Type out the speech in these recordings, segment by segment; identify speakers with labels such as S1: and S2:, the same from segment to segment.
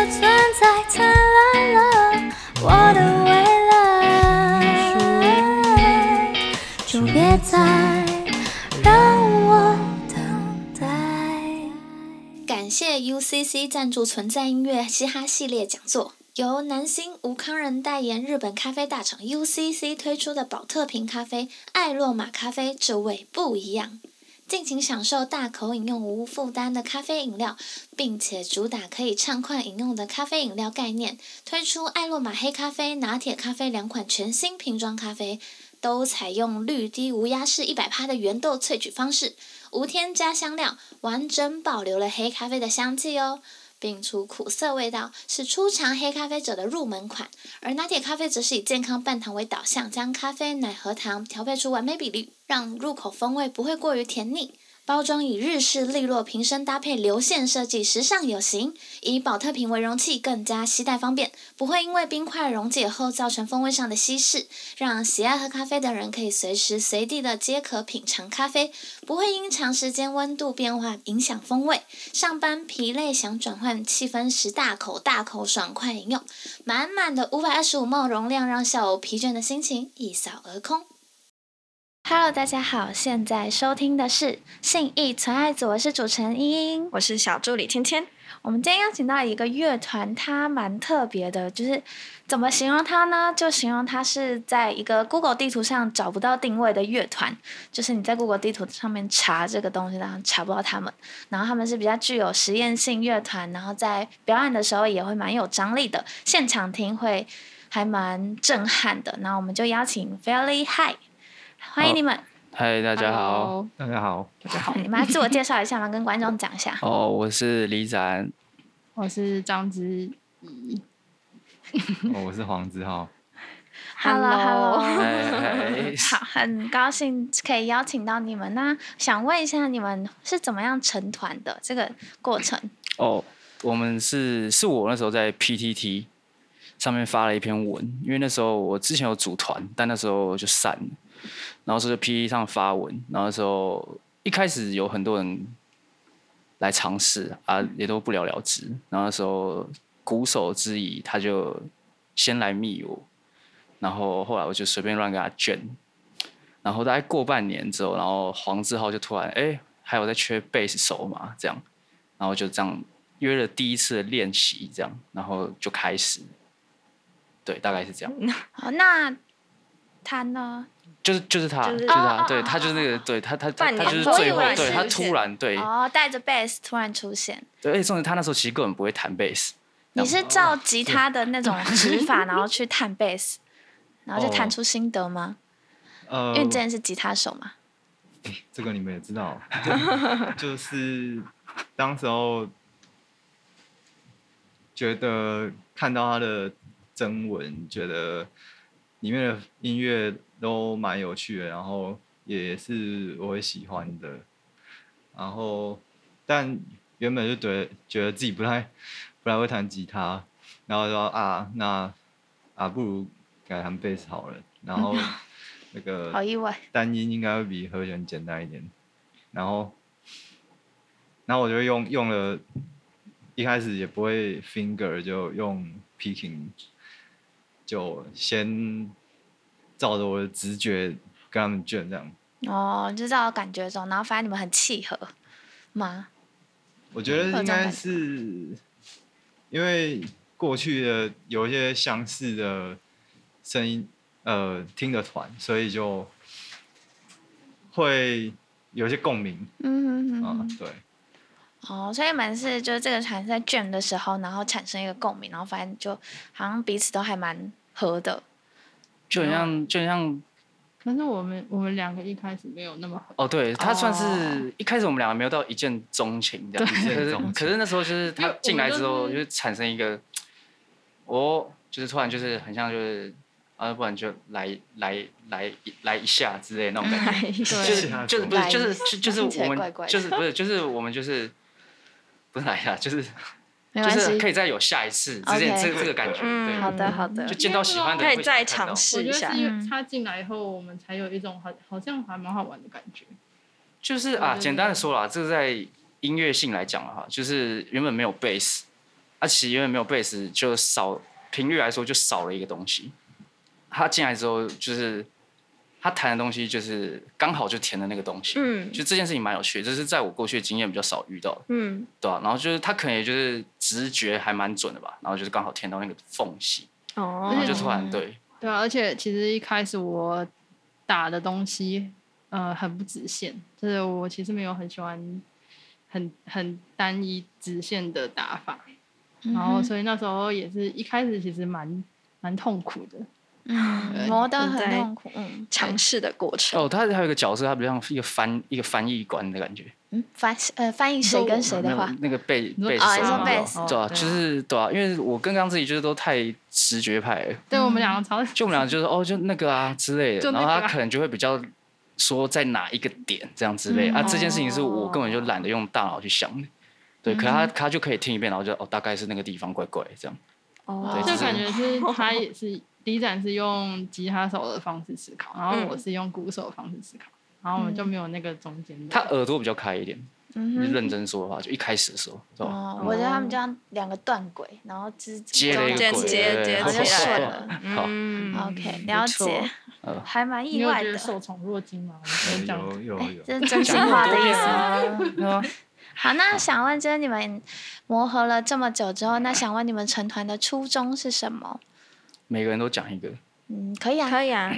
S1: 再灿烂了，我的未来，就别再让我等待。
S2: 感谢 UCC 赞助存在音乐嘻哈系列讲座，由南星吴康仁代言日本咖啡大厂 UCC 推出的宝特瓶咖啡、爱洛玛咖啡，这味不一样。尽情享受大口饮用无负担的咖啡饮料，并且主打可以畅快饮用的咖啡饮料概念，推出爱洛玛黑咖啡、拿铁咖啡两款全新瓶装咖啡，都采用绿滴无压式一百帕的原豆萃取方式，无添加香料，完整保留了黑咖啡的香气哦。摒除苦涩味道，是初尝黑咖啡者的入门款，而拿铁咖啡则是以健康半糖为导向，将咖啡、奶和糖调配出完美比率，让入口风味不会过于甜腻。包装以日式利落瓶身搭配流线设计，时尚有型。以保特瓶为容器，更加携带方便，不会因为冰块溶解后造成风味上的稀释，让喜爱喝咖啡的人可以随时随地的皆可品尝咖啡，不会因长时间温度变化影响风味。上班疲累想转换气氛时，大口大口爽快饮用，满满的五百二十五 ml 容量，让下午疲倦的心情一扫而空。Hello，大家好，现在收听的是《信义存爱组》，我是主持人茵茵。
S3: 我是小助理芊芊。
S2: 我们今天邀请到一个乐团，它蛮特别的，就是怎么形容它呢？就形容它是在一个 Google 地图上找不到定位的乐团，就是你在 Google 地图上面查这个东西，然后查不到他们。然后他们是比较具有实验性乐团，然后在表演的时候也会蛮有张力的，现场听会还蛮震撼的。那我们就邀请 Fairly High，欢迎你们。
S4: 嗨，大家好，
S3: Hello，
S5: 大家好，
S3: 大家好，
S2: 你们来自我介绍一下吗？跟观众讲一下。
S4: 哦，我是李展，
S3: 我是张之。
S5: 哦我是黄子浩。
S2: Hello，Hello
S3: Hello
S4: 哎哎，
S2: 好，很高兴可以邀请到你们。那想问一下，你们是怎么样成团的这个过程？
S4: 哦，我们是是我那时候在 PTT 上面发了一篇文，因为那时候我之前有组团，但那时候就散了，然后是就 PTT 上发文，然后那时候一开始有很多人来尝试啊，也都不了了之，然后那时候鼓手之一他就先来密我，然后后来我就随便乱给他卷。然后大概过半年之后，然后黄志浩就突然哎、还有在缺贝斯手嘛？这样，然后就这样约了第一次的练习，这样，然后就开始，对，大概是这样，
S2: 好，那他呢？
S4: 就是就是他，
S3: 就是
S4: 就是
S2: 哦哦
S4: 他，
S2: 哦
S4: 对他就是那个，对他他他
S3: 半
S4: 他
S3: 年
S4: 就是
S3: 后
S4: 最
S2: 突
S4: 后
S2: 然，
S4: 对
S3: 出
S4: 他
S3: 现
S4: 突然对
S2: 哦，带着 bass 突然出现，
S4: 对，而且重点他那时候其实根本不会弹贝斯，
S2: 你是照吉他的那种指法，然后去弹 bass，然后就弹
S5: 哦
S2: 出心得吗？
S5: 呃
S2: 因为你之前是吉他手嘛。
S5: 这个你们也知 道，就就是当时候觉得看到他的征文，觉得里面的音乐都蛮有趣的，然后也是我会喜欢的。然后，但原本就觉得觉得自己不太不太会弹吉他，然后说啊，那啊不如改弹贝斯好了。然后那个
S2: 好意外，
S5: 单音应该会比和弦简单一点。然后，然后我就用用了，一开始也不会 finger，就用 picking，就先照着我的直觉跟他们卷这样。
S2: 哦，就照感觉中，然后发现你们很契合吗？
S5: 我觉得应该是因为过去的有一些相似的声音，呃，听的团，所以就会有一些共鸣
S2: 嗯嗯
S5: 啊、
S2: 嗯。
S5: 对。
S2: 哦，所以你们是就是这个团在卷的时候，然后产生一个共鸣，然后发现就好像彼此都还蛮合的。
S4: 就很像就很像
S6: 可是我们我们两个一开始没有那么好，
S4: 哦，对他
S2: 哦
S4: 算是一开始我们两个没有到一见钟情这样，
S5: 对
S4: 可
S5: 一见
S4: 是
S5: 钟情
S4: 可是那时候就是
S6: 因为我
S4: 他
S6: 们
S4: 进来之后
S6: 就
S4: 就是产生一个，哦，就是突然就是很像就是啊，不然就来来来来一下之类那种感觉。
S6: 对，
S4: 就是
S5: 对
S4: 就是不是
S2: 来
S4: 就是就就是
S2: 听起来
S4: 我
S2: 怪
S4: 们
S2: 怪的
S4: 就是不是就是我们就是不是来呀，就是
S2: 没
S4: 就
S2: 关
S4: 是
S2: 系，
S4: 可以再有下一次之类
S2: OK
S4: 这个这个感觉，
S3: 嗯
S2: 好
S4: 对，
S2: 的好的
S4: 就。见到喜欢的
S3: 可
S4: 人
S3: 以
S4: 会
S3: 再
S4: 想看到
S3: 尝，试
S6: 我觉
S3: 一
S6: 得
S3: 下
S6: 是。因
S2: 嗯
S6: 为他进来以后，我们才有一种好好像还蛮好玩的感觉。
S4: 就是
S6: 我觉
S4: 啊，
S6: 得
S4: 简单的说啦，这个在音乐性来讲的话，就是原本没有贝斯，啊，其实因为没有贝斯，就少频率来说就少了一个东西。他进来之后，就是他弹的东西，就是刚好就填的那个东西。
S3: 嗯
S4: 就这件事情蛮有趣的，这是在我过去的经验比较少遇到的，
S3: 嗯，
S4: 对吧、然后就是他可能也就是直觉还蛮准的吧，然后就是刚好填到那个缝隙，
S3: 哦
S4: 然后
S6: 且
S4: 就突然对，
S6: 对啊，而且其实一开始我打的东西，呃，很不直线，就是我其实没有很喜欢很很单一直线的打法，
S7: 嗯
S6: 然后所以那时候也是一开始其实蛮蛮痛苦的，
S7: 嗯，
S4: 呃
S6: 对
S7: 磨得很
S3: 在
S7: 痛苦，嗯
S3: 尝试的过程。
S4: 哦，他还有一个角色，他比较像一个翻一个翻译官的感觉。
S7: 嗯，翻呃翻译谁跟谁
S4: 那
S7: 的
S4: 个
S7: 话，
S4: 那个贝
S6: 你说
S4: 贝斯
S7: 哦
S4: 手
S7: 你说
S4: 嘛
S7: 贝斯
S4: 对啊，
S6: 哦对啊
S4: 就是对啊，因为我跟刚自己就是都太直觉派了，
S6: 对我们两个超
S4: 就我们俩就是哦就那个啊之类的，
S6: 就那
S4: 然后
S6: 个啊
S4: 他可能就会比较说在哪一个点这样之类的啊，这件事情是我根本就懒得用大脑去想的。对，可他他就可以听一遍，然后就哦，大概是那个地方怪怪的这样。
S3: 哦
S4: 对
S6: 就
S4: 只是
S6: 感觉是他也是李展是用吉他手的方式思考，然后
S7: 嗯
S6: 我是用鼓手的方式思考，然后我们就没有那个中间的。
S4: 他耳朵比较开一点，
S7: 嗯
S4: 就
S7: 哼
S4: 认真说的话，就一开始的时候，对吧？
S7: 哦，我觉得他们这样两个断轨，然后之
S4: 接了一个
S7: 中间
S4: 鬼，
S3: 接
S4: 对
S3: 接
S7: 然后就
S3: 起来
S7: 顺
S4: 好哦
S7: 了。
S4: 好，
S3: 嗯
S7: OK，了解，
S4: 嗯
S7: 还蛮
S6: 你
S7: 意
S6: 有
S7: 外
S6: 觉
S7: 的
S6: 得。受宠若惊吗？我们这样
S5: 有有
S7: 哎
S5: 有，
S7: 这是真心话的意思吗？
S4: 对 啊
S7: 好，那想问，就是你们磨合了这么久之后，那想问你们成团的初衷是什么？
S4: 每个人都讲一个。
S7: 嗯，可以啊，
S3: 可以啊，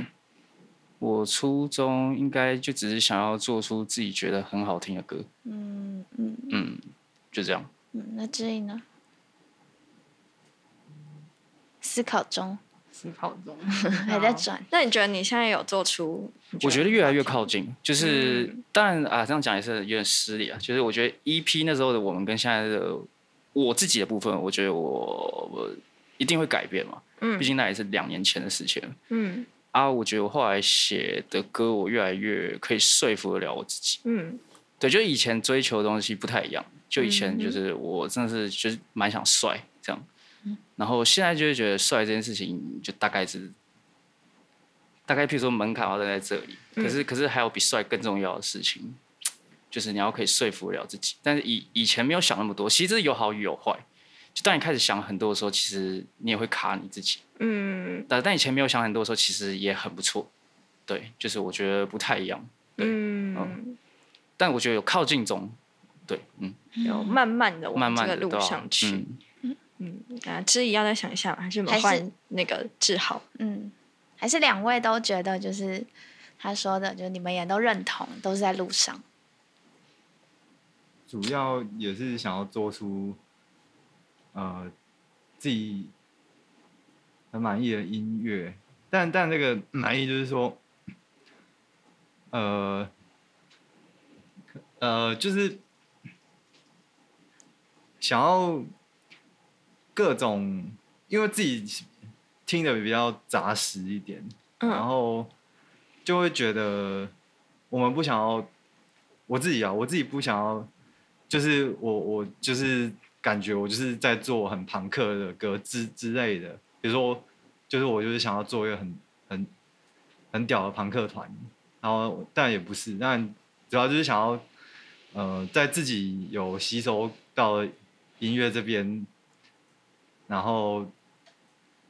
S4: 我初衷应该就只是想要做出自己觉得很好听的歌，
S7: 嗯嗯
S4: 嗯，就这样。
S7: 嗯，那志颖呢？思考中，
S6: 思考中，
S7: 还在转。
S3: 那你觉得你现在有做出？
S4: 我觉得越来越靠近，就是
S7: 嗯
S4: 当然啊，这样讲也是有点失礼啊。就是我觉得 EP 那时候的我们跟现在的我自己的部分，我觉得我我一定会改变嘛，
S3: 嗯
S4: 毕竟那也是两年前的事情了
S3: 嗯
S4: 啊。我觉得我后来写的歌，我越来越可以说服得了我自己。
S3: 嗯
S4: 对，就以前追求的东西不太一样。就以前就是我真的是就是蛮想帅这样，然后现在就会觉得帅这件事情就大概是，大概譬如说门槛要站在这里，可是可是还有比帅更重要的事情，就是你要可以说服了自己。但是以以前没有想那么多，其实这有好也有坏。就当你开始想很多的时候，其实你也会卡你自己。
S3: 嗯
S4: 但但以前没有想很多的时候，其实也很不错。对，就是我觉得不太一样，
S3: 嗯，
S4: 但我觉得有靠近中，对，嗯。
S3: 有慢慢的
S4: 慢
S3: 往这
S4: 慢
S3: 个
S4: 的
S3: 路上去。嗯啊，志怡要再想一下，还是我
S7: 还
S3: 们
S7: 是
S3: 换那个志豪？
S7: 嗯，还是两位都觉得就是他说的，就是你们也都认同，都是在路上。
S5: 主要也是想要做出呃自己很满意的音乐，但但这个满意就是说，呃呃，就是想要各种，因为自己听的比较杂实一点，然
S3: 嗯
S5: 后就会觉得我们不想要，我自己啊，我自己不想要，就是我我就是感觉我就是在做很朋克的歌之之类的，比如说就是我就是想要做一个很很很屌的朋克团，然后但也不是，但主要就是想要呃在自己有吸收到音乐这边，然后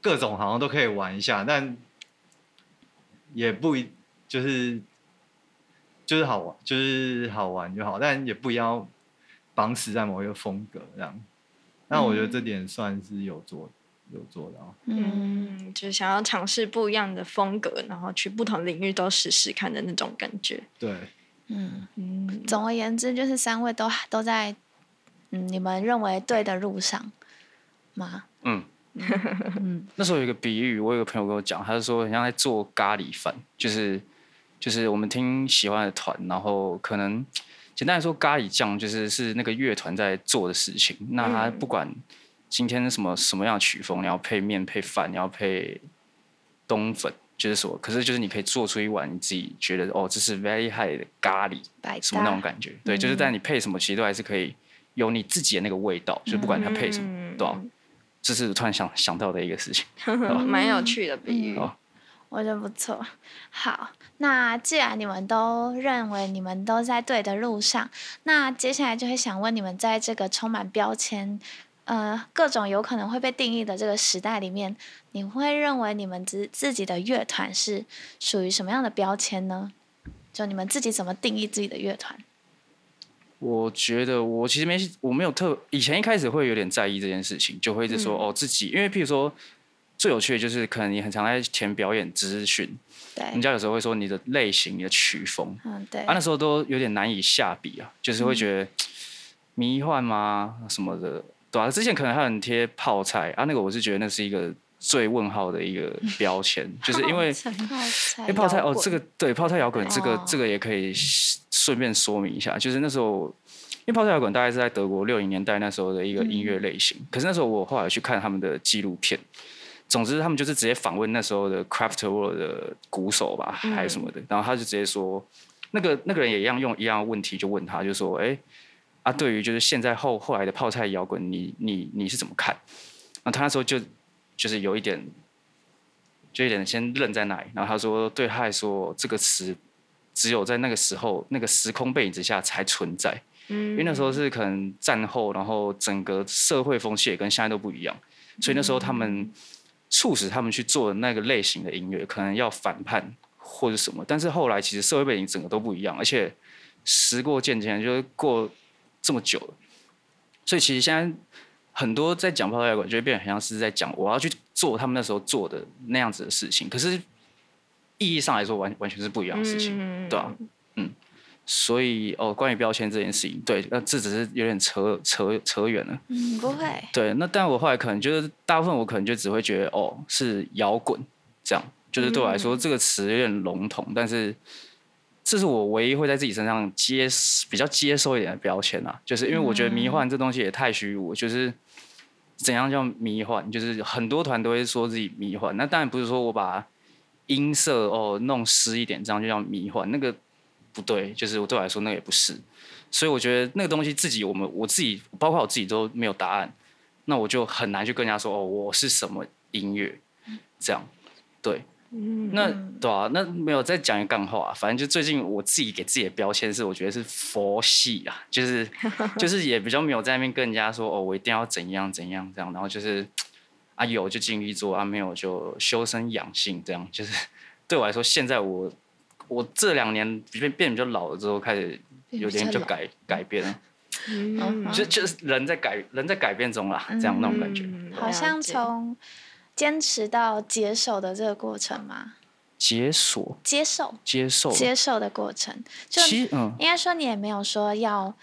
S5: 各种好像都可以玩一下，但也不一就是就是好玩，就是好玩就好，但也不一定要绑死在某一个风格这样。那我觉得这点算是有做有做到，
S3: 嗯，就是想要尝试不一样的风格，然后去不同领域都试试看的那种感觉。
S5: 对，
S7: 嗯，
S3: 嗯，
S7: 总而言之，就是三位都都在嗯你们认为对的路上吗？
S4: 嗯，
S6: 嗯，
S4: 那时候有一个比喻，我有个朋友跟我讲，他就说很像在做咖喱饭，就是就是我们听喜欢的团，然后可能简单来说，咖喱酱就是是那个乐团在做的事情。那他
S3: 嗯
S4: 不管今天是什么什么样的曲风，你要配面配饭，你要配冬粉，就是什么，可是就是你可以做出一碗你自己觉得哦，这是 very high 的咖喱，
S7: 百
S4: 什么那
S7: 搭
S4: 种感觉。对，就是但你配什么，其实都还是可以有你自己的那个味道，就是不管它配什
S3: 嗯
S4: 么，对吧、这是突然想想到的一个事情。
S3: 蛮有趣的比喻。
S4: 好
S7: 我觉得不错。好，那既然你们都认为你们都在对的路上，那接下来就会想问你们，在这个充满标签。呃各种有可能会被定义的这个时代里面，你会认为你们自自己的乐团是属于什么样的标签呢？就你们自己怎么定义自己的乐团？
S4: 我觉得我其实没，我没有特以前一开始会有点在意这件事情，就会一直说、哦自己，因为譬如说最有趣的就是可能你很常在填表演资讯，人
S7: 对，
S4: 家有时候会说你的类型、你的曲风，
S7: 嗯，对
S4: 啊，，那时候都有点难以下笔啊，就是会觉得、迷幻吗什么的，对啊，之前可能还有人贴泡菜啊，那个我是觉得那是一个最问号的一个标签，就是因为
S7: 泡
S4: 哎，泡菜哦，这
S7: 个
S4: 个对泡菜摇滚，这个
S7: 哦
S4: 这个也可以顺便说明一下，就是那时候。因为泡菜摇滚大概是在德国六零年代那时候的一个音乐类型，可是那时候我后来有去看他们的纪录片，总之他们就是直接访问那时候的 Kraftwerk 的鼓手吧，还是什么的，然后他就直接说，那个那个人也一样用一样的问题就问他，就说，哎、啊，对于就是现在后后来的泡菜摇滚，你你你是怎么看？然后他那时候就就是有一点，就有点先愣在那里。然后他说，对他来说，这个词只有在那个时候那个时空背景之下才存在，
S3: 嗯，
S4: 因为那时候是可能战后，然后整个社会风气也跟现在都不一样，所以那时候他们促使他们去做的那个类型的音乐，可能要反叛或者什么。但是后来其实社会背景整个都不一样，而且时过境迁，就是过这么久了，所以其实现在很多在讲泡菜摇滚，就会变得很像是在讲我要去做他们那时候做的那样子的事情，可是意义上来说完完全是不一样的事情，
S3: 嗯
S4: 对啊，嗯，所以哦，关于标签这件事情，对，那这只是有点扯扯扯远了，
S7: 嗯不会，
S4: 对，那但我后来可能就是大部分我可能就只会觉得哦是摇滚这样，就是对我来说、这个词有点笼统，但是这是我唯一会在自己身上接比较接受一点的标签啊，就是因为我觉得迷幻这东西也太虚无，就是怎样叫迷幻，就是很多团都会说自己迷幻，那当然不是说我把音色哦弄湿一点，这样就叫迷幻，那个不对，就是我对我来说那个也不是。所以我觉得那个东西自己，我们我自己，包括我自己都没有答案，那我就很难去跟人家说哦，我是什么音乐，这样，对，那对啊，那没有再讲一个干话、反正就最近我自己给自己的标签是，我觉得是佛系啊，就是就是也比较没有在那边跟人家说哦，我一定要怎样怎样这样，然后就是啊有就尽力做啊，没有就修身养性这样，就是对我来说，现在我我这两年变变比较老了之后，开始有点就改改变了。
S7: 嗯
S4: 就就是人在改人在改变中啦，这样那种感觉。
S3: 嗯
S7: 好像
S3: 了解
S7: 从坚持到接受的这个过程嘛，
S4: 解锁、
S7: 接受
S4: 接受、
S7: 接受的过程，就
S4: 其实嗯，
S7: 应该说你也没有说要，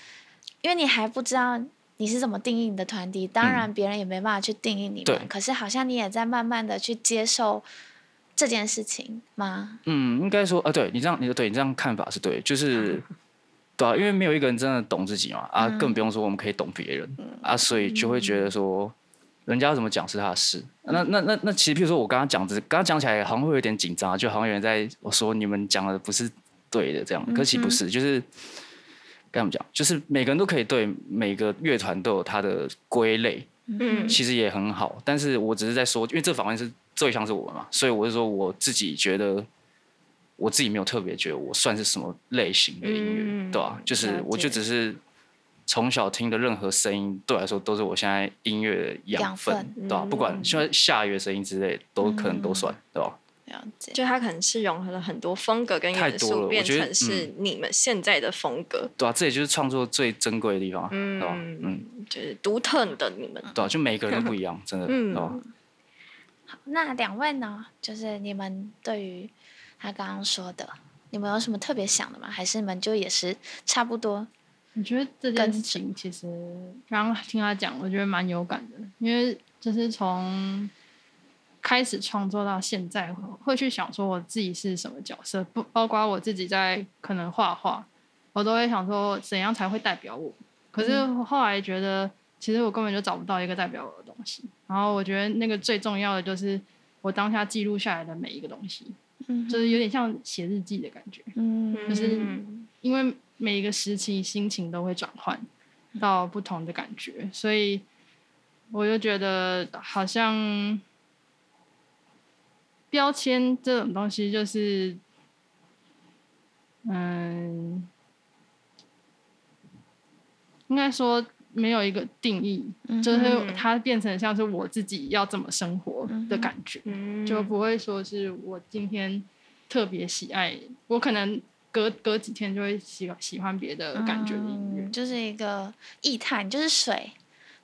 S7: 因为你还不知道你是怎么定义你的团体，当然别人也没办法去定义你们，
S4: 对
S7: 可是好像你也在慢慢的去接受这件事情吗？
S4: 嗯，应该说啊，对你这样，你的对你这样看法是对，就是对啊，因为没有一个人真的懂自己嘛，啊，更不用说我们可以懂别人啊，所以就会觉得说，人家要怎么讲是他的事。那那那那，其实譬如说我刚刚讲，只刚刚讲起来好像会有点紧张，啊就好像有人在我说你们讲的不是对的这样，可其实不是，就是。该怎么讲？就是每个人都可以对每个乐团都有它的归类，
S3: 嗯
S4: 其实也很好，但是我只是在说，因为这访问是最像是我嘛，所以我是说我自己觉得，我自己没有特别觉得我算是什么类型的音乐，
S3: 嗯
S4: 对吧、就是
S3: 了
S4: 我就
S3: 解
S4: 只是从小听的任何声音，对我来说都是我现在音乐的养
S7: 养
S4: 分，
S7: 分
S4: 对
S3: 嗯
S4: 吧、不管像下雨声音之类，都可能都算，对吧、
S7: 了解，
S3: 就它可能是融合了很多风格跟
S4: 太
S3: 元
S4: 多了
S3: 素，
S4: 我
S3: 变
S4: 觉得
S3: 成是你们现在的风格，
S4: 对吧、这也就是创作最珍贵的地方啊，对吧、嗯，
S3: 嗯，就是独特的你们。
S4: 对吧、就每个人都不一样，真 的，
S3: 嗯
S4: 对吧、
S7: 那两位呢？就是你们对于他刚刚说的，你们有什么特别想的吗？还是你们就也是差不多？
S6: 我觉得这件事情其实刚刚听他讲，我觉得蛮有感的，因为就是从开始创作到现在，会会去想说我自己是什么角色，不包括我自己在可能画画，我都会想说怎样才会代表我。可是后来觉得，其实我根本就找不到一个代表我的东西。然后我觉得那个最重要的就是我当下记录下来的每一个东西，
S7: 嗯
S6: 就是有点像写日记的感觉。
S7: 嗯
S6: 就是
S3: 嗯
S6: 因为每一个时期心情都会转换到不同的感觉，所以我就觉得好像标签这种东西就是，嗯，应该说没有一个定义，
S7: 嗯哼
S6: 就是它变成像是我自己要怎么生活的感觉，
S3: 嗯
S6: 就不会说是我今天特别喜爱，我可能隔隔几天就会喜喜欢别的
S3: 啊
S6: 感觉的音乐。
S4: 哦
S7: 嗯就是一个液态，就是水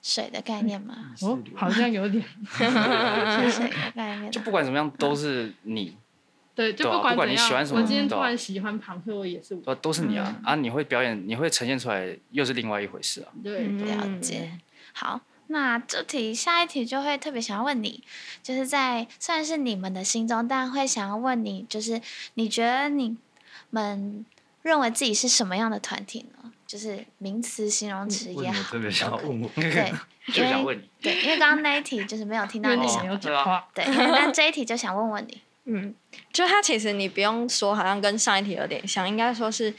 S7: 水的概念嘛，
S6: 哦，好像有点
S3: 嗯
S7: 是水的概念。
S4: 就不管怎么样都是你，
S6: 对，就
S4: 对啊
S6: 管
S4: 不管
S6: 怎
S4: 你
S6: 样，
S4: 喜欢什
S6: 我
S4: 么
S6: 今天
S4: 对
S6: 突
S4: 啊
S6: 然喜欢庞克，我也是我。
S4: 都都是你啊
S3: 嗯
S4: 啊！你会表演，你会呈现出来，又是另外一回事啊。
S6: 对，
S3: 嗯
S7: 了解。
S6: 嗯
S7: 好，那这题下一题就会特别想要问你，就是在虽然是你们的心中，但会想要问你，就是你觉得你们认为自己是什么样的团体呢？就是名词、形容词
S5: 为
S7: 也
S5: 什么
S7: 好
S5: 特，别想要问我？
S7: 对，
S4: 就想问你，
S7: 对，因为刚刚那一题就是没有听
S6: 因
S7: 到
S6: 为
S7: 你
S6: 你
S7: 哎的
S4: 哦
S6: 没
S7: 想
S6: 有
S7: 法，
S4: 对
S6: 讲
S4: 啊
S6: 话，
S7: 对，但这一题就想问问你，
S3: 嗯，就它其实你不用说，好像跟上一题有点像，应该说是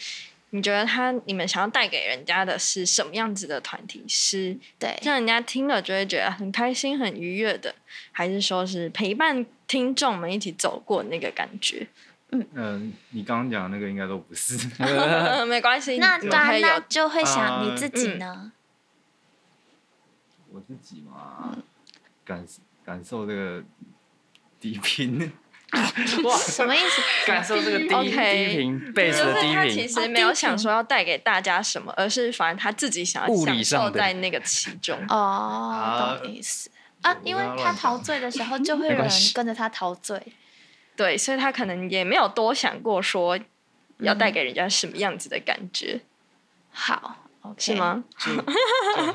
S3: 你觉得它你们想要带给人家的是什么样子的团体？是
S7: 对，
S3: 让人家听了就会觉得很开心、很愉悦的，还是说是陪伴听众们一起走过那个感 觉？
S5: 嗯，你刚刚讲的那个应该都不是。
S3: 嗯没关系，
S7: 那
S3: 你
S7: 对
S3: 们
S7: 啊
S3: 可以
S7: 那
S3: 有
S7: 就会想你
S5: 呃
S7: 自己
S3: 嗯
S7: 呢？
S5: 我自己嘛，感感受这个低频，
S4: 哇，
S7: 什么意思？
S4: 感受这个低
S3: OK
S4: 低频贝斯
S3: 就是
S4: 的低
S3: 他其
S4: 频，
S7: 哦
S3: 实没有想说要带给大家什么，而是反正他自己想
S4: 物
S3: 要享
S4: 理上
S3: 受
S4: 的
S3: 在那个其中。
S7: 哦，
S5: 啊
S7: 懂意思啊，因为他陶醉的时候，就会有
S4: 没
S7: 人
S4: 关系
S7: 跟着他陶醉。
S3: 对，所以他可能也没有多想过说
S7: 嗯
S3: 要带给人家什么样子的感觉，
S7: 好，OK，
S3: 是？吗？
S5: 就就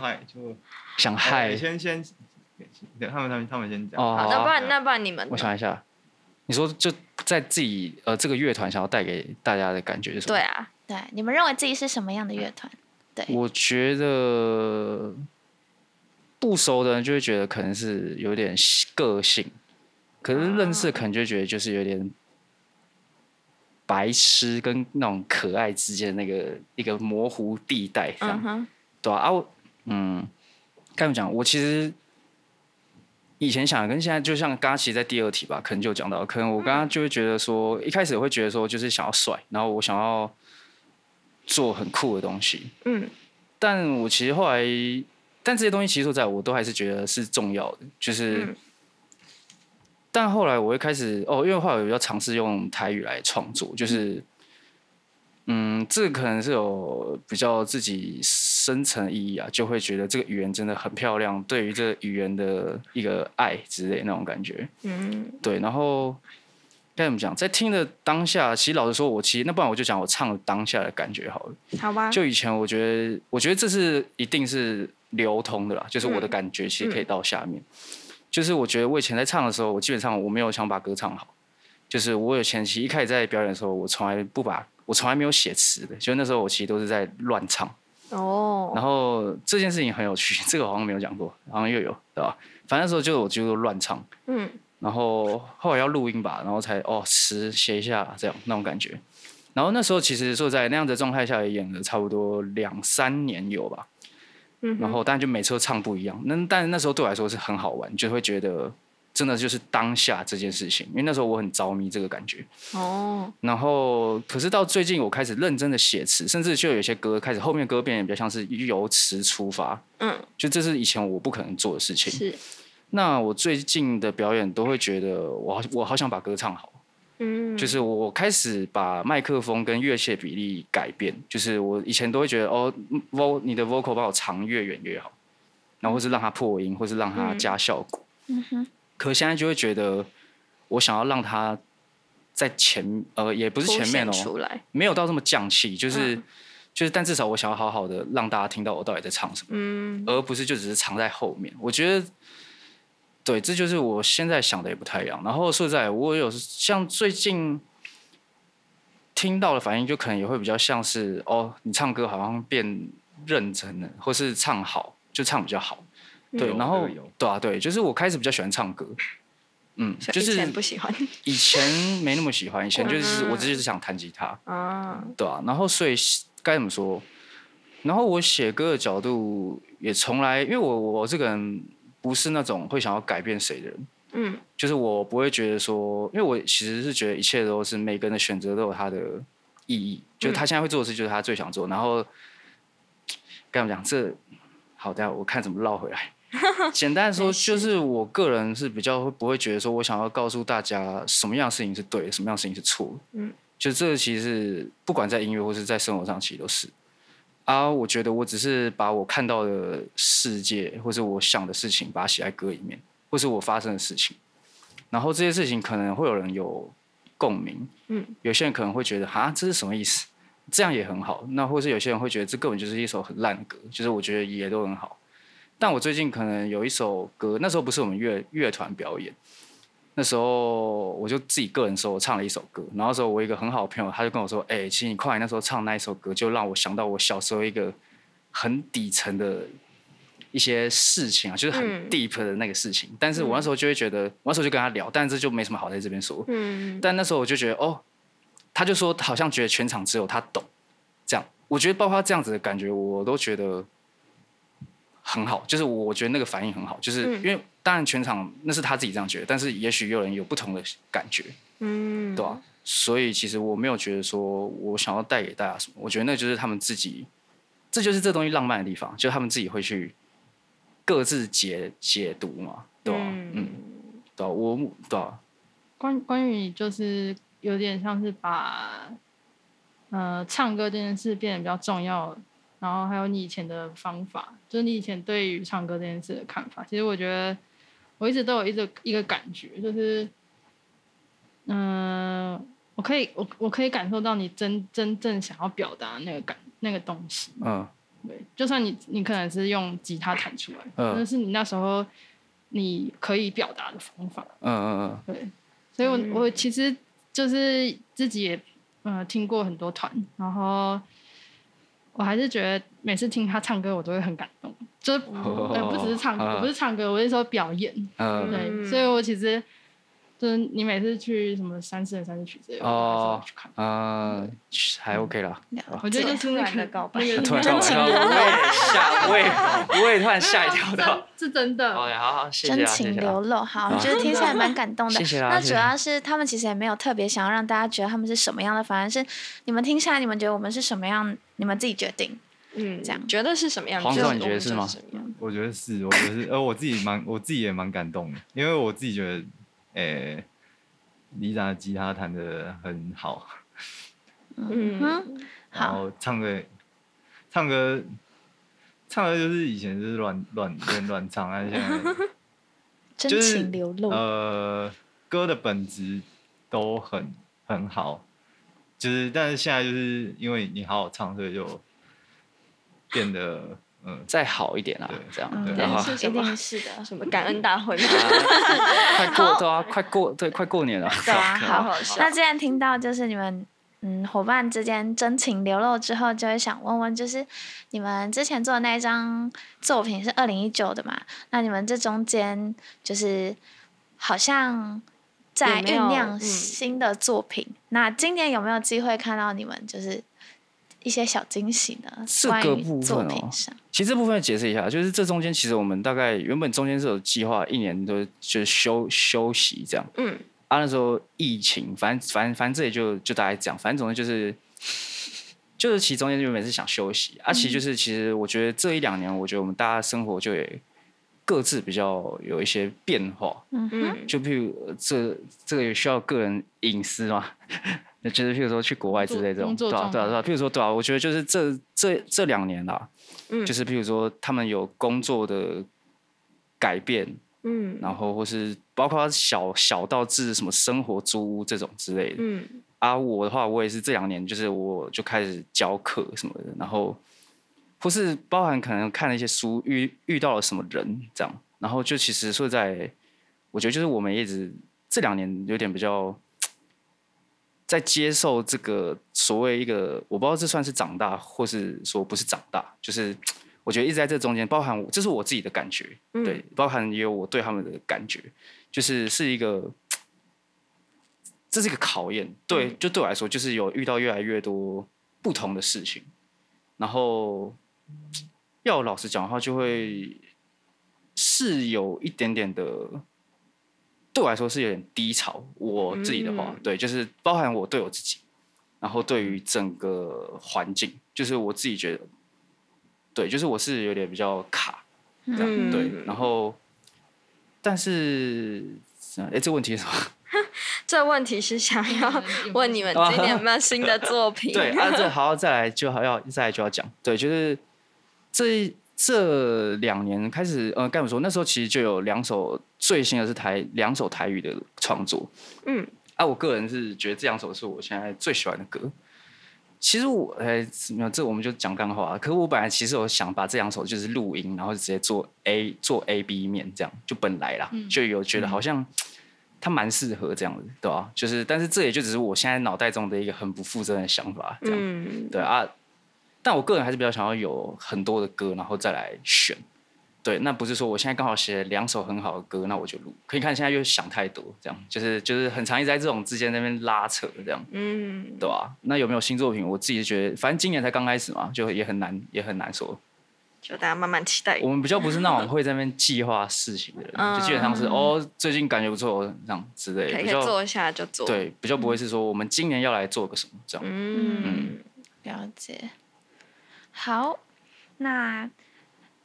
S5: 嗨就
S4: 想
S5: 哎
S4: 嗨
S5: 先先，等他们他们他们先讲。
S4: 哦。
S3: 好，那
S4: 啊
S3: 不然那不然你们呢，
S4: 我想一下，你说就在自己呃这个乐团想要带给大家的感觉是什么？
S3: 对，啊，
S7: 对，你们认为自己是什么样的乐
S4: 哎
S7: 团？
S4: 我觉得不熟的人就会觉得可能是有点个性，可是
S3: 啊
S4: 认识的可能就会觉得就是有点白痴跟那种可爱之间的那个一个模糊地带这样
S3: 嗯。哼，
S4: 对啊，啊我嗯，该怎么讲？我其实以前想的跟现在，就像刚刚其实，在第二题吧，可能就有讲到，可能我刚刚就会觉得说，一开始我会觉得说，就是想要帅，然后我想要做很酷的东西，
S3: 嗯，
S4: 但我其实后来，但这些东西其实说实在我都还是觉得是重要的，就是。
S3: 嗯
S4: 但后来我会开始哦，因为后来我比较尝试用台语来创作，就是，嗯，这个可能是有比较自己深层意义啊，就会觉得这个语言真的很漂亮，对于这个语言的一个爱之类那种感觉。
S3: 嗯，
S4: 对，然后该怎么讲，在听的当下，其实老实说，我其实那不然我就讲我唱的当下的感觉好了。
S3: 好吧，
S4: 就以前我觉得，我觉得这是一定是流通的啦，就是我的感觉其实可以到下面。就是我觉得我以前在唱的时候，我基本上我没有想把歌唱好，就是我有前期一开始在表演的时候，我从来不把我从来没有写词的，就那时候我其实都是在乱唱。然
S3: 哦，
S4: 后这件事情很有趣， 这个好像没有讲过，好像又有对吧？反正那时候就是我就乱唱，
S3: 嗯，
S4: 然后后来要录音吧，然后才哦词写一下这样那种感觉。然后那时候其实说实在那样的状态下也演了差不多两三年有吧，
S3: 嗯哼
S4: 然后当然就每次都唱不一样。那但那时候对我来说是很好玩，就会觉得真的就是当下这件事情，因为那时候我很着迷这个感觉。
S3: 哦，
S4: 然后可是到最近我开始认真的写词，甚至就有些歌开始后面歌变得比较像是由词出发，
S3: 嗯，
S4: 就这是以前我不可能做的事情。
S3: 是，
S4: 那我最近的表演都会觉得我好我好想把歌唱好，
S3: 嗯，
S4: 就是我开始把麦克风跟乐器的比例改变，就是我以前都会觉得哦嗯，vo 你的 vocal 把我藏越远越好，然后或是让它破音，或是让它加效果。
S7: 嗯哼，
S4: 可现在就会觉得我想要让它在前呃也不是
S3: 凸
S4: 前面
S3: 显
S4: 哦，
S3: 出来，
S4: 没有到这么降气，就是、
S3: 嗯
S4: 就是，但至少我想要好好的让大家听到我到底在唱什么。
S3: 嗯，
S4: 而不是就只是藏在后面。我觉得，对，这就是我现在想的也不太一样。然后说实在，我有像最近听到的反应，就可能也会比较像是哦，你唱歌好像变认真了，或是唱好就唱比较好。
S3: 嗯
S4: 对，
S5: 有
S4: 然后
S5: 这个有
S4: 对啊，对，就是我开始比较喜欢唱歌，嗯，
S3: 所以
S4: 就
S3: 以
S4: 是
S3: 前不喜欢
S4: 以前没那么喜欢，以前就是
S3: 嗯
S4: 我只是想弹吉他，
S3: 啊，
S4: 对啊，然后所以该怎么说？然后我写歌的角度也从来，因为我我这个人不是那种会想要改变谁的人，
S3: 嗯，
S4: 就是我不会觉得说，因为我其实是觉得一切都是每个人的选择都有他的意义，就是他现在会做的事就是他最想做，然后该怎么讲？这好，等一下我看怎么绕回来。简单说，就是我个人是比较会不会觉得说我想要告诉大家什么样的事情是对的，什么样的事情是错的。
S3: 嗯，
S4: 就这个其实不管在音乐或是在生活上，其实都是。啊，我觉得我只是把我看到的世界，或是我想的事情，把它写在歌里面，或是我发生的事情。然后这些事情可能会有人有共鸣，
S3: 嗯，
S4: 有些人可能会觉得啊，这是什么意思？这样也很好。那或是有些人会觉得这根本就是一首很烂的歌，就是我觉得也都很好。但我最近可能有一首歌，那时候不是我们乐乐团表演，那时候我就自己个人说，我唱了一首歌。然后那时候我一个很好的朋友，他就跟我说：“哎、其实你快那时候唱那一首歌，就让我想到我小时候一个很底层的一些事情啊，就是很
S3: 嗯
S4: deep 的那个事情。但是我那时候就会觉得，我那时候就跟他聊，但是这就没什么好在这边说。
S3: 嗯，
S4: 但那时候我就觉得，哦，他就说好像觉得全场只有他懂，这样，我觉得包括他这样子的感觉，我都觉得很好，就是我觉得那个反应很好，就是
S3: 嗯
S4: 因为当然全场那是他自己这样觉得，但是也许有人有不同的感觉，
S3: 嗯，
S4: 对吧、啊所以其实我没有觉得说我想要带给大家什么，我觉得那就是他们自己，这就是这东西浪漫的地方，就是他们自己会去各自解解读嘛，对吧、嗯
S3: 嗯
S4: 对吧、我对吧、啊
S6: 关关于你就是有点像是把呃唱歌这件事变得比较重要，然后还有你以前的方法，就是你以前对于唱歌这件事的看法。其实我觉得我一直都有一个一个感觉，就是嗯、呃我可以我我可以感受到你真真正想要表达那个感那个东西。
S4: 嗯
S6: 对，就算你你可能是用吉他弹出来，
S4: 嗯
S6: 但是你那时候你可以表达的方法。
S4: 嗯嗯嗯。
S6: 对，所以我、
S3: 嗯
S6: 我其实就是自己也呃听过很多团，然后我还是觉得每次听他唱歌，我都会很感动。就是、
S4: 哦
S6: 呃、不只 是唱歌，
S4: 啊
S6: 不是唱歌，我是说表演。
S4: 嗯
S6: 对，
S3: 嗯
S6: 所以我其实就是你每次去什么三四人三四曲之类的，我还是
S4: 哦
S6: 会去看。
S4: 呃，还 OK 啦。
S6: 我觉得就是那
S7: 突然
S6: 个
S7: 的告白
S6: 那 个
S4: 突然让我
S6: 真
S4: 吓，我也吓，我也我也突然 吓 一跳
S6: 真
S4: 到。
S6: 啊是真 的。
S4: OK，好好，谢谢
S7: 真
S4: 啊，谢
S7: 情
S4: 谢
S7: 流
S4: 啊。
S7: 露，好，就是 听起来蛮感动的
S4: 谢。啊谢啦
S7: 那
S4: 谢
S7: 主
S4: 谢
S7: 要是他们其实也没有特别想要让大家觉得他们是什么样的，反而是你们听下来，你们觉得我们是什么样，你们自己决定。
S3: 嗯，
S7: 这样
S3: 觉得是什么样？
S4: 黄
S3: 就
S4: 总
S3: 我
S4: 你觉得
S3: 们
S4: 是
S3: 就
S4: 吗
S3: 什么样
S5: 我觉得是，我觉得是，呃，我自己蛮，我自己也蛮感动的，因为我自己觉得，诶、李长的吉他弹的很好，
S3: 嗯
S7: 嗯，
S5: 然
S7: 好，
S5: 后唱歌，唱歌，唱歌就是以前就是乱乱乱乱唱，但现在
S7: 真
S5: 就是
S7: 情流露，
S5: 呃，歌的本质都很很好，就是但是现在就是因为你好好唱，所以就变得嗯，
S4: 再好一点啦
S5: 对，
S4: 这样
S7: 嗯，
S5: 对
S4: 对好好
S3: 是
S7: 一
S3: 什么
S7: 定是的。
S3: 什么感恩大会吗？
S4: 快过对啊，快过对，快过年了。
S7: 对啊，
S3: 好
S7: 好。
S3: 好笑
S7: 那。既然听到就是你们嗯伙伴之间真情流露之后，就会想问问，就是你们之前做的那一张作品是二零一九的嘛？那你们这中间就是好像在
S3: 有没有
S7: 酝酿
S3: 嗯
S7: 新的作品，那今年有没有机会看到你们就是？一些小惊喜呢，
S4: 这
S7: 关
S4: 个
S7: 于
S4: 部
S7: 作
S4: 分
S7: 品
S4: 哦
S7: 上，
S4: 其实这部分解释一下，就是这中间其实我们大概原本中间是有计划，一年都就是休休息这样。
S3: 嗯，
S4: 啊，那时候疫情，反正反正反正这也就就大概讲，反正总之就是就是其中间原本是想休息，啊，
S6: 嗯
S4: 其实就是其实我觉得这一两年，我觉得我们大家生活就也各自比较有一些变化，
S7: 嗯哼，
S3: 嗯，
S4: 就譬如呃这这个也需要个人隐私嘛， 就是譬如说去国外之类这种，
S6: 工作
S4: 对啊
S6: 状
S4: 对啊对啊，譬如说对啊，我觉得就是这这这两年啦，
S3: 嗯
S4: 就是譬如说他们有工作的改变，
S3: 嗯
S4: 然后或是包括小小到至什么生活租屋这种之类的。
S3: 嗯
S4: 啊，我的话，我也是这两年，就是我就开始教课什么的，然后或是包含可能看了一些书，遇遇到了什么人这样，然后就其实说实在，我觉得就是我们一直这两年有点比较在接受这个所谓一个，我不知道这算是长大，或是说不是长大，就是我觉得一直在这中间，包含我这是我自己的感觉，
S3: 嗯
S4: 对，包含也有我对他们的感觉，就是是一个。这是一个考验，对，
S3: 嗯
S4: 就对我来说，就是有遇到越来越多不同的事情，然后要我老实讲的话，就会是有一点点的，对我来说是有点低潮。我自己的话，
S3: 嗯
S4: 对，就是包含我对我自己，然后对于整个环境，就是我自己觉得对，就是我是有点比较卡，这样、
S3: 嗯
S4: 对。然后，但是，哎、这 问题是什么？
S3: 这问题是想要问你们今年有没有新的作品？
S4: 对，啊，这好，再来就好要再来就要讲，对，就是这这两年开始，呃，该怎么说？那时候其实就有两首最新的是台两首台语的创作，
S3: 嗯，
S4: 啊，我个人是觉得这两首是我现在最喜欢的歌。其实我哎，没有这我们就讲干话啊。可是我本来其实有想把这两首就是录音，然后直接做 A 做 A B 面这样，就本来啦，就有觉得好像它蛮适合这样子，对吧、就是，但是这也就只是我现在脑袋中的一个很不负责任的想法，这样。
S3: 嗯，
S4: 对啊，但我个人还是比较想要有很多的歌，然后再来选。对，那不是说我现在刚好写了两首很好的歌，那我就录。可以看现在又想太多，这样就是就是很长一直在这种之间那边拉扯，这样
S3: 嗯，
S4: 对吧、那有没有新作品？我自己觉得，反正今年才刚开始嘛，就也很难也很难说。
S3: 就大家慢慢期待
S4: 我。们比较不是那种会在那边计划事情的人，
S6: 嗯
S4: 就基本上是哦，最近感觉不错这样之类
S3: 可
S4: 的，
S3: 以可
S4: 比
S3: 以
S4: 较
S3: 做一下就做。，
S4: 对比较不会
S6: 嗯
S4: 是说我们今年要来做个什么这样。
S3: 嗯，
S7: 了解。好，那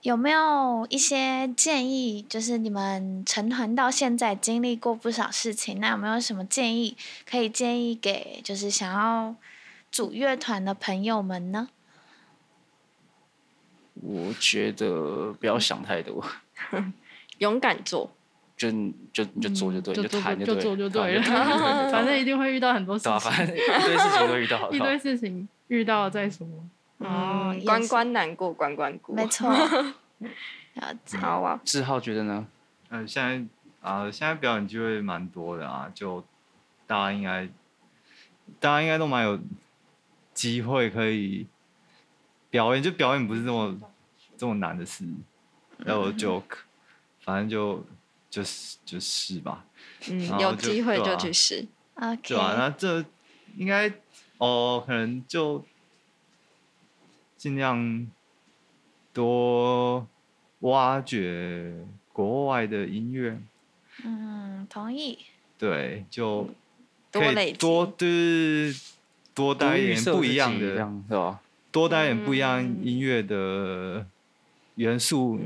S7: 有没有一些建议？就是你们成团到现在经历过不少事情，那有没有什么建议可以建议给就是想要组乐团的朋友们呢？
S4: 我觉得不要想太多。
S3: 勇敢做。
S4: 就你就你就做就对，
S6: 嗯就
S4: 你
S6: 做
S4: 弹
S6: 就
S4: 对了，
S6: 做就
S4: 对啊
S6: 对了
S4: 就 弹就对了，
S6: 反正一
S4: 对
S6: 定会遇到很多事
S4: 啊，
S6: 情，
S4: 反正一堆事情都遇到，
S6: 一堆事情遇到了再说。
S7: 哦
S3: 嗯，
S7: 也
S3: 关
S7: 是
S3: 关难过关关过。
S7: 没错，了解。
S3: 好啊，
S4: 志浩觉得呢？
S5: 嗯，现在啊、现在表演机会蛮多的啊，就大家应该，大家应该都蛮有机会可以表演，就表演不是这么这么难的事，然后就可反正就就是就试吧，然
S3: 嗯，
S5: 后
S3: 有
S5: 就
S3: 机会
S5: 对
S3: 就
S5: 啊
S3: 去试。
S7: OK，
S5: 对吧、那这应该哦，可能就尽量多挖掘国外的音乐。
S7: 嗯，同意。
S5: 对，就
S3: 多
S5: 可以
S3: 累积
S5: 多对多带一点不一样
S4: 这
S5: 的，
S4: 样是吧？
S5: 多带一点不一样音乐的元素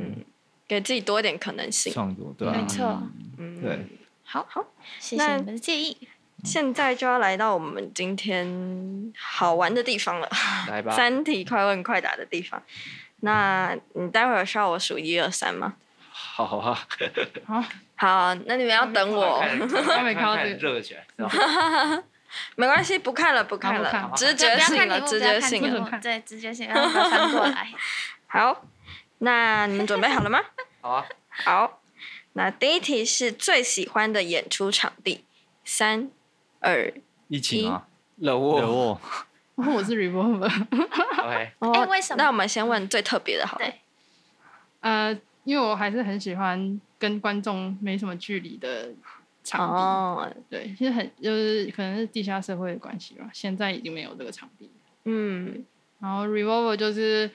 S3: 给自己多一点可能性。
S5: 创作，对
S4: 嗯
S5: 啊吧、
S7: 没错，
S3: 嗯，
S5: 对，
S7: 好，
S3: 好，
S7: 谢
S3: 那
S7: 谢你们的建议。
S3: 现在就要来到我们今天好玩的地方了，
S4: 来吧，
S3: 三题快问快答的地方。那你待会儿需要我数一二三吗？
S4: 好好好，
S6: 哦好，
S3: 好，那你们要等我，
S6: 他没看到这个，
S4: 热起来，
S3: 没关系，不看了，不看
S6: 好不看
S3: 了，
S6: 好
S3: 直
S7: 就
S3: 觉
S7: 不要
S3: 性
S7: 看
S3: 了，
S7: 题目，
S3: 直
S7: 不要
S3: 觉
S7: 看
S3: 性
S7: 题
S3: 了。
S7: 目对，直觉性，让它翻过来。
S3: 好，那你们准备好了吗？
S4: 好啊，
S3: 好，那第一题是最喜欢的演出场地，三二
S7: 哎
S5: 疫情啊，
S4: 热
S5: 热
S4: 沃
S5: 沃
S6: 我是 Revolver，
S4: ，OK，
S7: 哎为什么
S3: 哦那我们先问最特别的好了
S7: 对。
S6: 呃，因为我还是很喜欢跟观众没什么距离的场地。
S3: 哦，
S6: 对，其实很就是可能是地下社会的关系吧，现在已经没有这个场地。
S3: 嗯
S6: 然后 Revolver 就是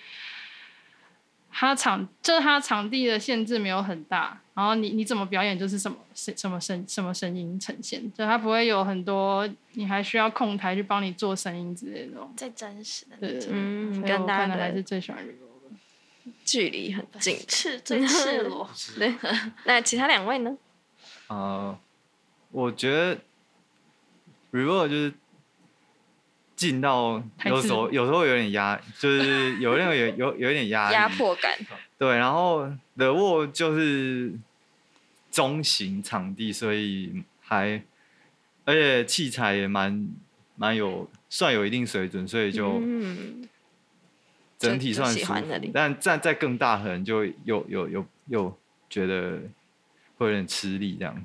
S6: 它场，就是它场地的限制没有很大，然后你你怎么表演就是什么声什么声什么声音呈现，就它不会有很多你还需要控台去帮你做声音之类的那种。
S7: 最真实的 那
S6: 对，
S7: 种，
S3: 嗯，
S6: 所以
S3: 跟
S6: 我
S3: 大
S6: 看
S3: 家
S6: 的还是
S3: 的
S6: 最喜欢 Revolver。
S3: 距离很近。
S7: 赤最赤 裸。
S3: 对，那其他两位呢？
S5: 啊、呃我觉得 r e v o r 就是进到
S6: 太
S5: 有
S6: 自
S5: 时候有时候有点压，就是有点有有有点压力
S3: 压迫感，
S5: 对，然后 The Wall 就是中型场地，所以还而且器材也蛮蛮有算有一定水准，所以就
S3: 嗯，
S5: 整体算
S3: 就
S5: 舒
S3: 喜
S5: 服。
S3: 欢那里
S5: 但站在更大可能就又又又又觉得会有点吃力 这样。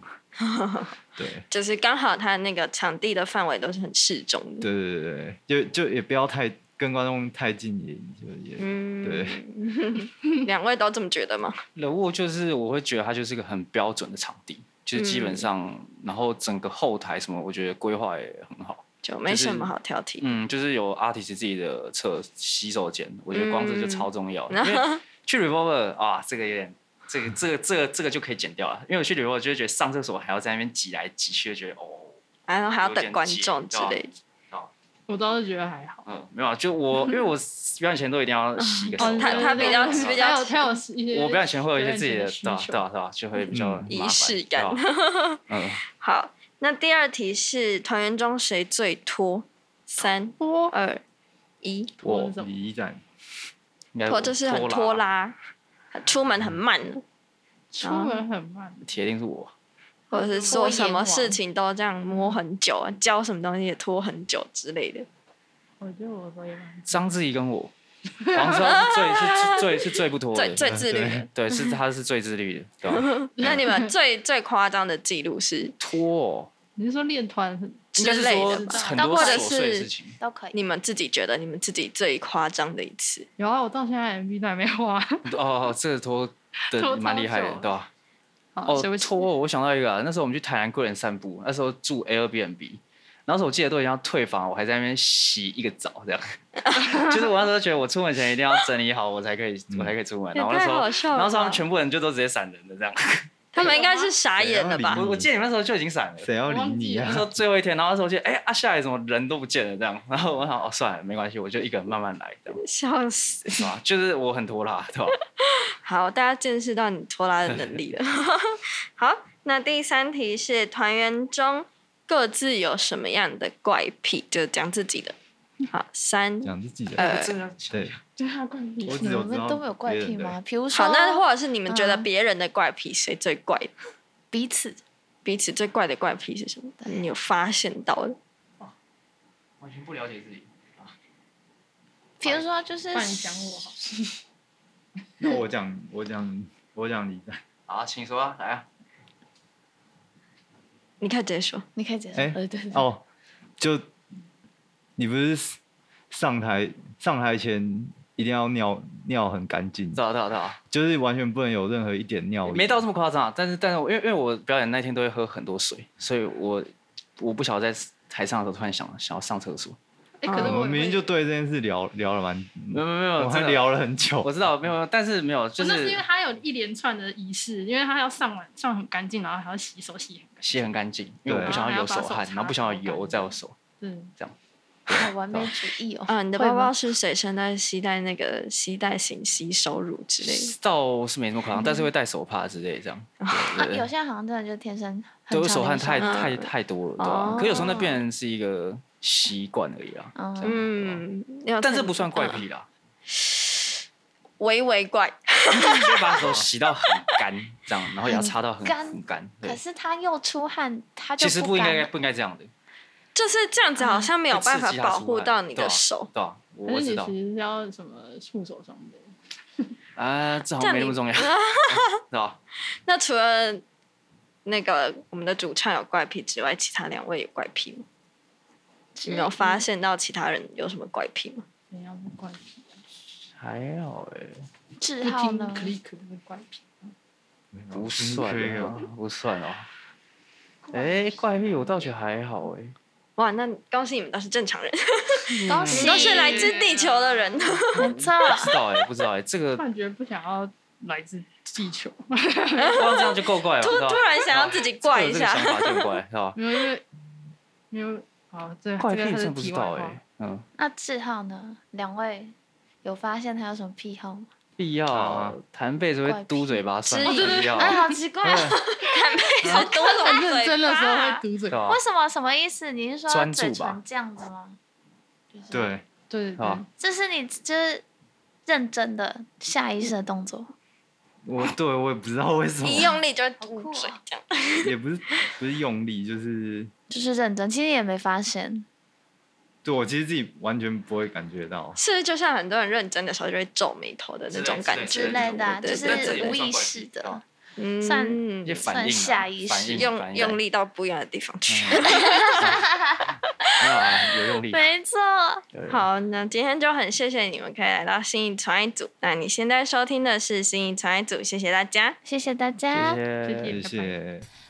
S5: 对
S3: 就是刚好它那个场地的范围都是很适中的。
S5: 对对对对，就就也不要太跟观众太近也就也、
S3: 嗯，
S5: 对。
S3: 两位都这么觉得吗？
S4: 热沃哦就是我会觉得它就是一个很标准的场地，就是基
S3: 嗯
S4: 本上，然后整个后台什么，我觉得规划也很好。
S3: 就没什么好挑剔。
S4: 嗯，就是有 artist 自己的厕洗手间，我觉得光这就超重要。
S3: 嗯
S4: 因为去 Revolver 啊，这个有点，这个这个这个这个就可以剪掉了。因为我去 Revolver 就会觉得上厕所还要在那边挤来挤去，就觉得哦，
S3: 然后还要等观众之类的。
S4: 好
S6: 我倒是觉得还好。
S4: 嗯，没有啊，就我因为我表演前都一定要洗个手啊
S6: 哦，你
S4: 这
S3: 他
S4: 样
S6: 对
S3: 他
S6: 对
S3: 比较
S6: 对
S3: 比较
S6: 他有他有一些，
S4: 我表演前会有一些自己的，对
S6: 需
S4: 啊
S6: 求
S4: 对啊对啊，就会比较
S5: 嗯
S4: 麻
S3: 仪
S4: 烦
S3: 式感。
S4: 对啊 嗯，
S3: 好，那第二题是团员中谁最拖？三
S6: 我
S3: 二一，
S6: 我
S4: 我
S6: 是什么
S5: 礼仪展
S4: 应该
S3: 拖就是很拖，拉，出门很
S4: 嗯
S3: 慢，
S6: 出门很慢，
S4: 铁定是我。
S3: 或者是做什么事情都这样摸很久啊，教什么东西也拖很久之类的。
S6: 我觉得我说也蛮
S4: 章子怡跟我，王昭是最是最是最不拖
S3: 最
S4: 的，
S3: 最自律的。
S4: 对，是他是最自律的，对吧？
S3: 那你们最最夸张的记录是
S4: 拖哦
S6: 你是说练团很
S4: 应该是
S3: 之类
S4: 说
S3: 的吧
S4: 很
S3: 但
S4: 多
S3: 或者
S4: 琐碎的
S3: 是
S4: 事情。
S7: 都可以。
S3: 你们自己觉得你们自己最夸张的一次？
S6: 有啊？我到现在 MV 都还没画。
S4: 哦，这个拖
S6: 拖
S4: 的蛮厉害的
S6: 超久，
S4: 对啊吧？
S3: 啊
S6: 好
S4: 哦
S6: 对不，起
S4: 拖我想到一个啊，那时候我们去台南贵人散步，那时候住 Airbnb。那时候我记得都已经要退房，我还在那边洗一个澡， 这样。就是我那时候觉得我出门前一定要整理好，我才可以，我才可以出门。
S3: 也
S4: 然后那时
S3: 太
S4: 候
S3: 好，笑了吧
S4: 然后他们全部人就都直接闪人的这样。
S3: 他们应该是傻眼了吧
S5: 谁要？
S4: 我
S5: 理
S4: 我记得你们那时候就已经闪了，
S5: 谁要理你
S4: 那
S5: 啊
S4: 时？候最后一天，然后那时候我记得，哎、啊下来怎么人都不见了这样，然后我想哦算了，没关系，我就一个人慢慢来这样，
S3: 笑死！
S4: 是吧？就是我很拖拉， 对吧？
S3: 好，大家见识到你拖拉的能力了。 好，那第三题是团员中各自有什么样的怪癖，就讲自己的。好，三
S5: 讲自己的，
S3: 呃，
S4: 真的要
S5: 对，
S6: 对啊，怪癖
S5: 我只
S7: 你
S5: 有知
S7: 们
S5: 道
S7: 都没有怪
S5: 别人
S7: 癖
S5: 的
S7: 吗？？比如说，
S3: 好，那或者是你们觉得
S7: 嗯
S3: 别人的怪癖谁最怪？
S7: 彼此
S3: 彼此最怪的怪癖是什么？你有发现到的？
S4: 完全不了解自己。
S7: 比如说就是
S6: 不然你讲我好，
S5: 那我讲，我讲，我讲礼赞。
S4: 好，请说啊，来啊，
S3: 你可以直接说。
S7: 你可以解释，
S5: 哎
S7: 对对对，
S5: 哦，就你不是上台上台前一定要尿尿很干净
S4: 知，道知道知道，
S5: 就是完全不能有任何一点尿意。
S4: 没到这么夸张啊，但是但是我因为因为我表演那天都会喝很多水，所以我我不晓得在台上的时候突然想想要上厕所，
S6: 哎，可是我
S5: 我们明明就对这件事聊聊了蛮，
S4: 没有没有没
S5: 我
S4: 有，
S5: 们
S4: 真
S5: 还
S4: 的
S5: 聊了很久。
S4: 我知道没有，没有但是没有，就
S6: 哦那是因
S4: 是
S6: 为他有一连串的仪式，因为他要上完上很干净，然后还要洗手洗很干
S4: 洗很干净，因为我
S5: 对啊
S4: 不想
S6: 然后
S4: 要有
S6: 还要
S4: 手
S6: 把手
S4: 汗，
S6: 擦
S4: 然后不想要
S6: 干净
S4: 油在我手，
S6: 净。
S7: 好完美主义哦。
S3: 啊，你的
S7: 会
S3: 包包
S7: 吗
S3: 是随身在携带那个携带型吸收乳之类的。
S4: 倒是没这么夸张，但是会戴手帕之类这样。对
S6: 哦
S7: 啊，
S4: 对 对
S7: 有些人好像真的就天生很
S4: 对，我
S7: 常
S4: 手汗
S7: 流
S4: 太
S7: 汗
S6: 嗯
S4: 太太多了，对吧、啊
S3: 哦
S4: 可有时候那变成是一个习惯而已啦。
S6: 哦
S7: 嗯
S4: 这样
S3: 嗯，要
S4: 哦但这
S3: 看啊
S4: 不算
S6: 嗯
S4: 怪，癖啦，
S3: 微微怪。
S4: 就把手洗到很干，这样，然后也要擦到很
S7: 很干
S4: 很干。
S7: 可
S4: 对，
S7: 是他又出汗，他 就
S4: 其实
S7: 不
S4: 不应
S7: 干
S4: 该
S7: 了
S4: 不应该这样的，
S3: 就是这样子，好像没有
S4: 哎会刺
S3: 办法
S4: 激它
S3: 保
S4: 出
S3: 护
S4: 汗
S3: 到你
S4: 对
S3: 的
S4: 啊
S3: 手。
S4: 对吧、我
S6: 可
S4: 我
S6: 是
S4: 知
S6: 你
S4: 道
S6: 其实是要什么触手什么的，
S4: 啊，这好
S3: 这样
S4: 像没那么
S3: 你
S4: 重要， 对吧？
S3: 那除了那个我们的主唱有怪癖之外，其他两位有怪癖吗？你没有发现到其他人有什么怪癖吗？
S6: 怎样的怪癖？
S4: 还好哎、
S7: 志
S6: 不
S7: 浩
S6: 听
S7: 呢？
S3: 啊
S6: click 的怪癖，
S4: 不算
S5: 可以
S4: 啊，不算哦。哎、怪癖我倒觉得还好哎、
S3: 哇，那恭喜你们都是正常人，
S7: 嗯恭
S3: 你
S7: 喜，
S3: 们都是来自地球的人。
S7: 没错，
S4: 不知道哎、不知道哎、这个
S6: 突然觉得不想要来自地球，
S4: 光这样就够怪了，
S3: 突
S4: 是吧
S3: 突然想要自己怪一下
S4: 这个有这个想法就怪，是 吧？
S6: 没有因为没有好，嗯这
S4: 怪
S6: 这
S4: 癖
S6: 个是
S4: 真不
S6: 题
S4: 知
S6: 外
S4: 道
S6: 话。
S4: 哎，嗯，
S7: 那志浩呢？两位有发现他有什么癖好吗？
S4: 必要
S5: 啊
S4: 弹贝只会嘟嘴巴算
S3: 怪
S4: 吗，
S3: 癖
S4: 必要
S7: 哎，好奇怪啊，
S3: 说多
S6: 很
S3: 少
S6: 认真的时候会嘟
S4: 对，
S6: 嘴
S4: 吧
S7: 为？什么？什么意思？你是说
S4: 专注
S7: 嘴
S4: 吧
S7: 唇这样子吗？就是，
S5: 对，
S6: 对对
S4: 啊
S7: 这是你就是认真的下意识的动作。
S5: 我对我也不知道为什么，
S3: 一用力就会
S7: 酷
S3: 嘟
S7: 哦
S3: 嘴这样。
S5: 也不是不是用力，就是
S7: 就是认真，其实也没发现，
S5: 对我其实自己完全不会感觉 到。
S3: 是不是就像很多人认真的时候就会皱眉头的那种感
S4: 之
S3: 觉
S7: 之类的啊，
S3: 对
S7: 就
S3: 对
S7: 是
S3: 对对对
S7: 无意识的。
S3: 嗯
S7: 算
S4: 一些反
S7: 算
S4: 应啊，
S7: 下意识
S4: 反应
S3: 用用
S4: 力，
S3: 力到不一样的地方去。
S4: 嗯 没有啊，有用力，
S7: 没错，
S4: 对，
S3: 好，那今天就很谢谢你们可以来到新艺传艺组。那你现在收听的是新艺传艺组，谢谢大家。
S7: 谢谢大家。
S4: 谢
S6: 谢
S4: 谢
S6: 谢。
S5: 谢谢。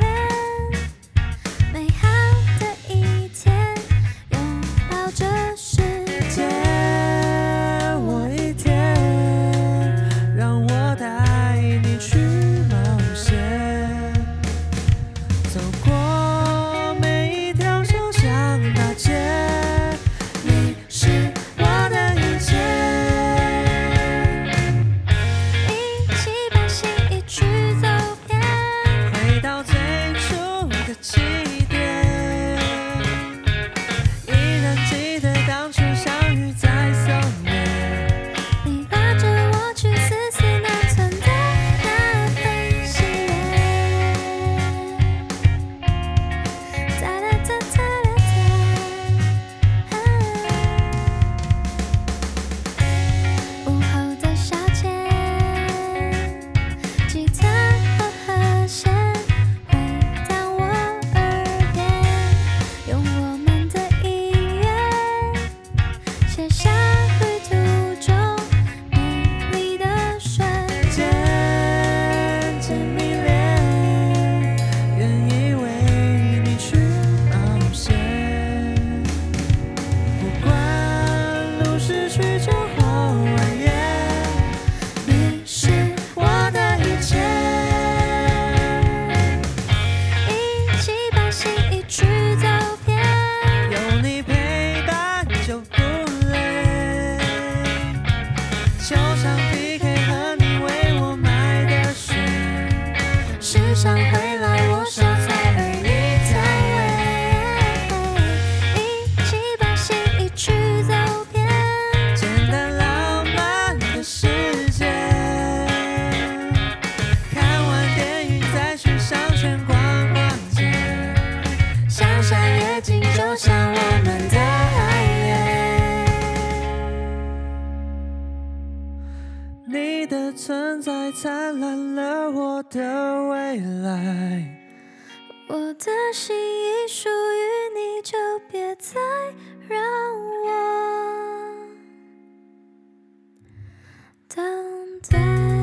S1: 帘，美好的一天，拥抱这世未来我想在而你在未来，一起把心意去走遍。
S8: 简单浪漫的世界。看完电影再去商圈逛逛街，
S1: 想象越近，就像我们的爱恋。
S8: 你的存在灿烂了我的未来。
S1: 我的心已属于你，就别再让我等待。